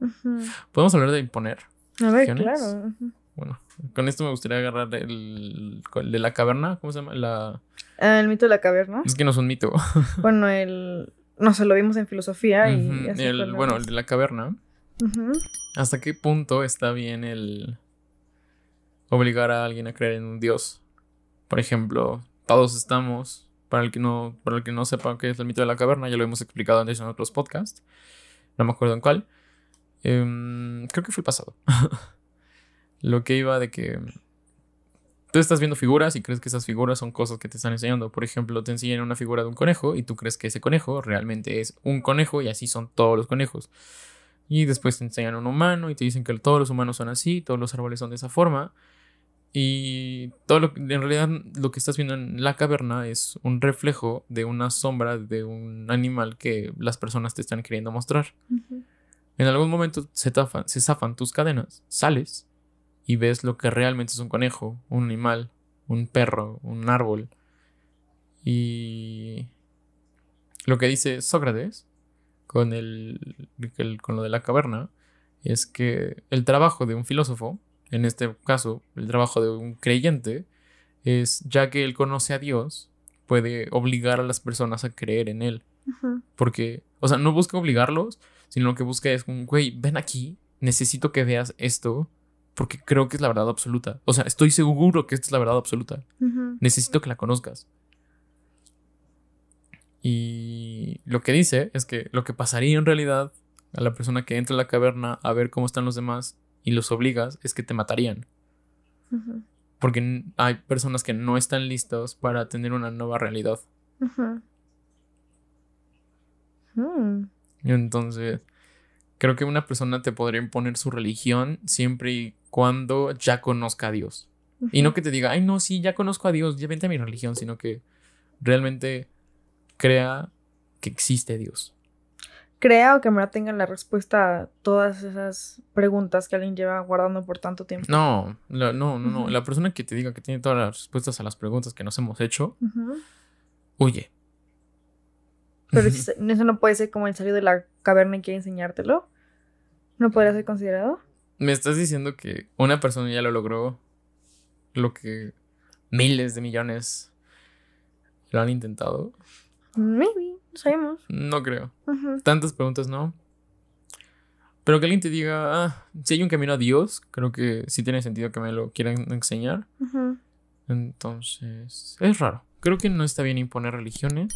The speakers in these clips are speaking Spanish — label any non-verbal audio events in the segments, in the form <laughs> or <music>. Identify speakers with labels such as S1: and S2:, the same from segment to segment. S1: Ujú.
S2: Podemos hablar de imponer.
S1: A ver,
S2: ¿Opciones?
S1: claro. ujú.
S2: Bueno, con esto me gustaría agarrar el, el de la caverna. ¿Cómo se llama? La...
S1: Ah, el mito de la
S2: <laughs>
S1: caverna.
S2: Es que no es un mito.
S1: Bueno, el. No sé, lo vimos en filosofía y.
S2: Ujú,
S1: así fue
S2: el,
S1: la-
S2: bueno, el de la caverna.
S1: Ujú.
S2: ¿Hasta qué punto está bien el obligar a alguien a creer en un dios? Por ejemplo, todos estamos, para el que no, para el que no sepa qué es el mito de la caverna, ya lo hemos explicado antes en otros podcasts, no me acuerdo en cuál. Em, creo que fue el pasado. <laughs> lo que iba de que tú estás viendo figuras y crees que esas figuras son cosas que te están enseñando. Por ejemplo, te enseñan una figura de un conejo y tú crees que ese conejo realmente es un conejo y así son todos los conejos. Y después te enseñan un humano y te dicen que todos los humanos son así, todos los árboles son de esa forma. Y todo lo que, en realidad lo que estás viendo en la caverna es un reflejo de una sombra de un animal que las personas te están queriendo mostrar.
S1: Ujú.
S2: En algún momento se, tafan- se zafan tus cadenas, sales y ves lo que realmente es un conejo, un animal, un perro, un árbol. Y lo que dice Sócrates con, el, el- con lo de la caverna es que el trabajo de un filósofo, en este caso el trabajo de un creyente, es ya que él conoce a Dios, puede obligar a las personas a creer en él.
S1: Ujú.
S2: Porque, o sea, no busca obligarlos, sino lo que busca es como, güey, ven aquí, necesito que veas esto, porque creo que es la verdad absoluta. O sea, estoy seguro que esta es la verdad absoluta.
S1: Ujú.
S2: Necesito que la conozcas. Y lo que dice es que lo que pasaría en realidad a la persona que entra a la caverna a ver cómo están los demás y los obligas es que te matarían.
S1: Ujú.
S2: Porque n- hay personas que no están listos para tener una nueva realidad.
S1: Ujú. Mm.
S2: Entonces, creo que una persona te podría imponer su religión siempre y cuando ya conozca a Dios. Y no que te diga, ay, no, sí, ya conozco a Dios, ya vente a mi religión, sino que realmente crea que existe Dios.
S1: Crea o que en verdad tengan la respuesta a todas esas preguntas que alguien lleva guardando por tanto tiempo.
S2: No, la- no, no, no.
S1: Ujú.
S2: La persona que te diga que tiene todas las respuestas a las preguntas que nos hemos hecho,
S1: Ujú.
S2: huye.
S1: Pero eso eso no puede ser como el salir de la caverna y quiere enseñártelo. ¿No podría ser considerado?
S2: Me estás diciendo que una persona ya lo logró lo que miles de millones lo han intentado.
S1: Maybe, no sabemos.
S2: No creo.
S1: Ujú.
S2: tantas preguntas, ¿no? Pero que alguien te diga, ah, si hay un camino a Dios, creo que sí tiene sentido que me lo quieran enseñar.
S1: Ujú.
S2: Entonces, es raro. Creo que no está bien imponer religiones,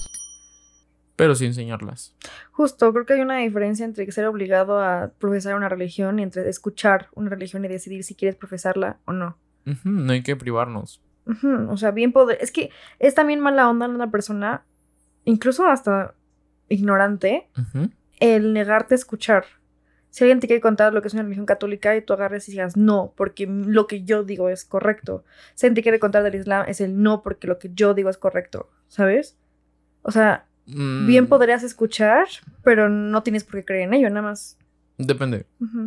S2: pero sí enseñarlas.
S1: Justo, creo que hay una diferencia entre ser obligado a profesar una religión y entre escuchar una religión y decidir si quieres profesarla o no.
S2: Ujú, no hay que privarnos.
S1: Ujú, O sea, bien poder. Es que es también mala onda en una persona, incluso hasta ignorante,
S2: Ujú.
S1: el negarte a escuchar. Si alguien te quiere contar lo que es una religión católica y tú agarres y digas no, porque lo que yo digo es correcto. Si alguien te quiere contar del Islam es el no, porque lo que yo digo es correcto, ¿sabes? O sea,
S2: Mm,
S1: bien podrías escuchar, pero no tienes por qué creer en ello, nada más.
S2: Depende.
S1: Ujú.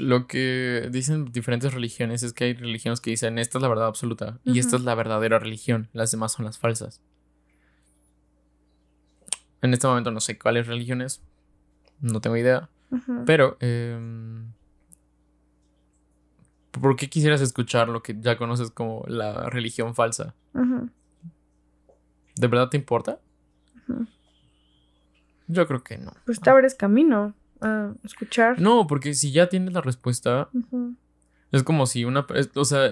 S2: Lo que dicen diferentes religiones es que hay religiones que dicen, esta es la verdad absoluta y esta
S1: Ujú.
S2: es la verdadera religión, las demás son las falsas. En este momento no sé cuáles religiones, no tengo idea.
S1: Ujú.
S2: Pero, em, ¿por qué quisieras escuchar lo que ya conoces como la religión falsa?
S1: Ujú.
S2: ¿De verdad te importa?
S1: Ujú.
S2: Yo creo que no.
S1: Pues te abres camino a escuchar.
S2: No, porque si ya tienes la respuesta,
S1: Ujú.
S2: es como si una... es- O sea,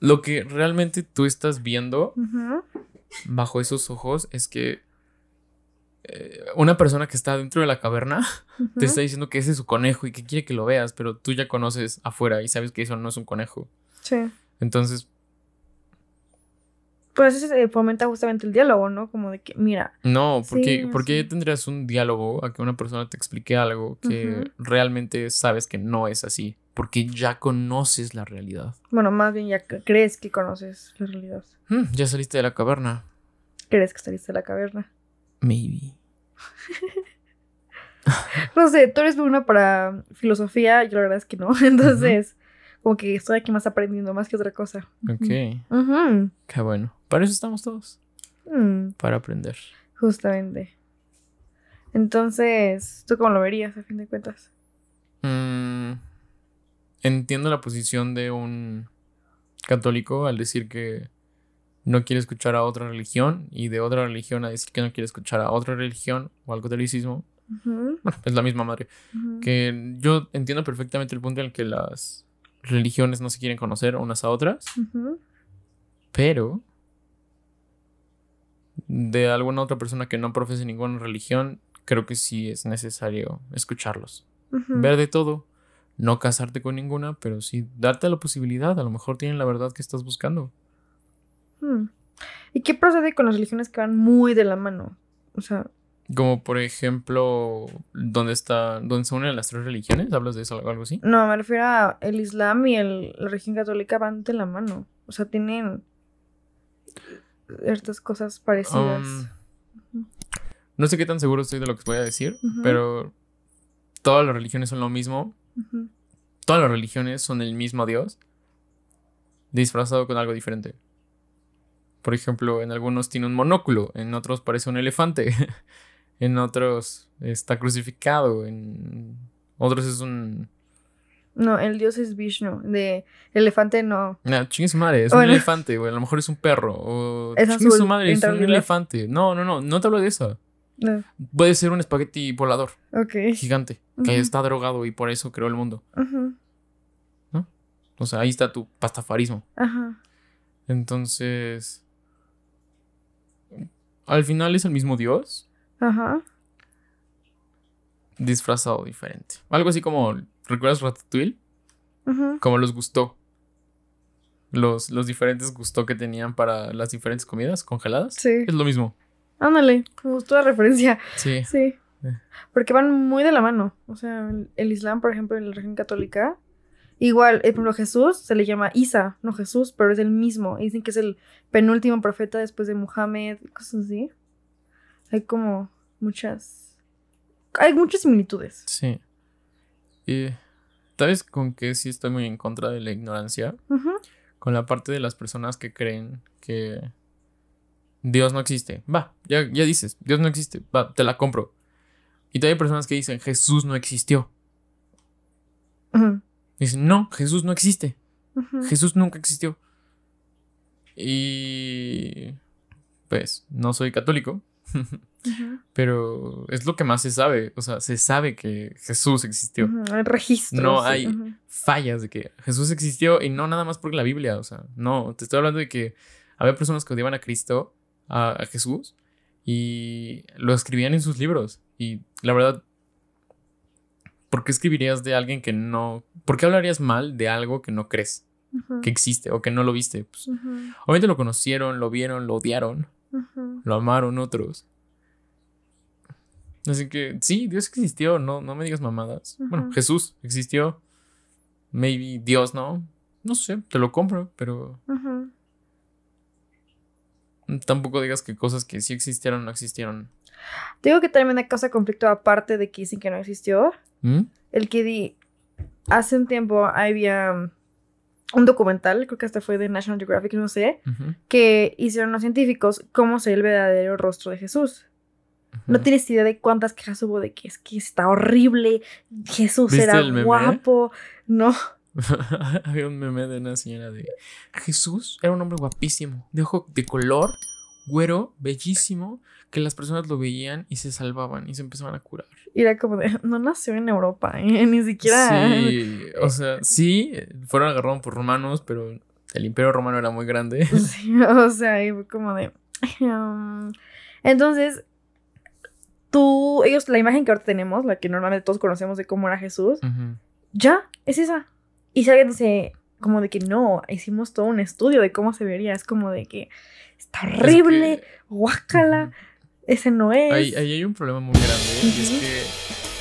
S2: lo que realmente tú estás viendo
S1: Ujú.
S2: bajo esos ojos es que eh, una persona que está dentro de la caverna
S1: Ujú.
S2: te está diciendo que ese es su conejo y que quiere que lo veas, pero tú ya conoces afuera y sabes que eso no es un conejo.
S1: Sí.
S2: Entonces,
S1: Pues eso se fomenta justamente el diálogo, ¿no? Como de que, mira,
S2: No, porque,
S1: Sí,
S2: porque
S1: sí.
S2: tendrías un diálogo a que una persona te explique algo que
S1: Ujú.
S2: realmente sabes que no es así, porque ya conoces la realidad.
S1: bueno, más bien ya cre- crees que conoces la realidad.
S2: Hmm, ya saliste de la caverna.
S1: Crees que saliste de la caverna.
S2: Maybe.
S1: No sé, tú eres buena para filosofía, yo la verdad es que no. <laughs> Entonces, Como que estoy aquí más aprendiendo, más que otra cosa.
S2: Ok,
S1: Ujú.
S2: qué bueno. Para eso estamos todos,
S1: Mm,
S2: para aprender.
S1: justamente. Entonces, ¿tú cómo lo verías, a fin de cuentas?
S2: Mm, entiendo la posición de un católico al decir que no quiere escuchar a otra religión y de otra religión a decir que no quiere escuchar a otra religión o al catolicismo.
S1: Ujú,
S2: Bueno, es la misma madre.
S1: ujú.
S2: Que yo entiendo perfectamente el punto en el que las religiones no se quieren conocer unas a otras,
S1: Ujú.
S2: pero de alguna otra persona que no profese ninguna religión, creo que sí es necesario escucharlos
S1: Ujú.
S2: ver de todo, no casarte con ninguna, pero sí darte la posibilidad. A lo mejor tienen la verdad que estás buscando.
S1: Hmm. ¿Y qué procede con las religiones que van muy de la mano? O sea,
S2: Como por ejemplo, donde está, donde se unen las tres religiones, hablas de eso o algo así.
S1: no, me refiero a el Islam y el- la religión católica van de la mano. O sea, tienen ciertas cosas parecidas.
S2: Um, no sé qué tan seguro estoy de lo que voy a decir,
S1: Ujú.
S2: pero todas las religiones son lo mismo.
S1: Ujú.
S2: Todas las religiones son el mismo Dios, disfrazado con algo diferente. Por ejemplo, en algunos tiene un monóculo, en otros parece un elefante, <laughs> en otros está crucificado, en otros es un
S1: No, el dios es Vishnu. De elefante no.
S2: No, ah, chingue su madre, es
S1: Bueno.
S2: un elefante, güey. A lo mejor es un perro. O
S1: Es
S2: chingue su
S1: azul,
S2: madre,
S1: en
S2: es un
S1: realidad.
S2: elefante. No, no, no, no te hablo de eso.
S1: no.
S2: Puede ser un espagueti volador
S1: Ok.
S2: gigante que
S1: Ujú.
S2: está drogado y por eso creó el mundo.
S1: Ujú.
S2: O sea, ahí está tu pastafarismo.
S1: Ajá.
S2: Entonces. Al final es el mismo Dios
S1: Ajá.
S2: disfrazado diferente. Algo así como. ¿Recuerdas Ratatouille?
S1: Ujú.
S2: Como los gustó. Los, los diferentes gustó que tenían para las diferentes comidas congeladas.
S1: Sí.
S2: Es lo mismo.
S1: Ándale, me gustó la referencia.
S2: Sí.
S1: Sí.
S2: Eh.
S1: Porque van muy de la mano. O sea, el, el Islam, por ejemplo, en la religión católica, igual, eh, por ejemplo, Jesús se le llama Isa, no Jesús, pero es el mismo. Y dicen que es el penúltimo profeta después de Mohammed, cosas así. Hay como muchas. Hay muchas similitudes.
S2: Sí. Y ¿sabes con qué sí estoy muy en contra de la ignorancia?
S1: Ujú,
S2: Con la parte de las personas que creen que Dios no existe. Va, ya, ya dices, Dios no existe. Va, te la compro. Y todavía hay personas que dicen, Jesús no existió.
S1: ujú,
S2: Dicen, no, Jesús no existe.
S1: ujú.
S2: Jesús nunca existió. Y... Pues, no soy católico,
S1: Ujú,
S2: pero es lo que más se sabe. O sea, se sabe que Jesús existió.
S1: ujú. Hay registros.
S2: No
S1: sí,
S2: hay-
S1: ujú.
S2: fallas de que Jesús existió y no nada más porque la Biblia, o sea, no, te estoy hablando de que había personas que odiaban a Cristo, a, a Jesús, y lo escribían en sus libros. Y la verdad, ¿por qué escribirías de alguien que no... ¿Por qué hablarías mal de algo que no crees
S1: Ujú,
S2: que existe o que no lo viste? Pues,
S1: ujú,
S2: obviamente lo conocieron, lo vieron, lo odiaron,
S1: ujú.
S2: lo amaron otros. Así que sí, Dios existió, no, no me digas mamadas. Bueno,
S1: Ujú.
S2: Jesús existió. Maybe Dios no. No sé, te lo compro, pero
S1: Ujú.
S2: tampoco digas que cosas que sí existieron no existieron.
S1: Digo que también hay causa conflicto aparte de que dicen que no existió.
S2: ¿Mm?
S1: el que di hace un tiempo había um, un documental, creo que hasta fue de National Geographic, no sé,
S2: Ujú, ujú.
S1: que hicieron los científicos cómo se ve el verdadero rostro de Jesús. No tienes idea de cuántas quejas hubo de que es que está horrible, Jesús
S2: ¿Viste
S1: era
S2: el meme?
S1: guapo, no.
S2: <laughs> Había un meme de una señora de Jesús era un hombre guapísimo, de ojo de color, güero, bellísimo, que las personas lo veían y se salvaban y se empezaban a curar.
S1: Y era como de, no nació en Europa, <laughs> ¿eh? ni siquiera.
S2: Sí, o sea, sí, fueron agarrados por romanos, pero el imperio romano era
S1: <laughs>
S2: muy
S1: <laughs>
S2: grande.
S1: Sí, o sea, y fue como de. um, Entonces, tú, ellos, la imagen que ahora tenemos, la que normalmente todos conocemos de cómo era Jesús,
S2: Ujú.
S1: ya, es esa. Y si alguien dice, como de que no, hicimos todo un estudio de cómo se vería, es como de que está horrible,
S2: Es que-
S1: guácala, ese no es.
S2: Ahí, ahí hay un problema muy grande y es
S1: Ujú.
S2: que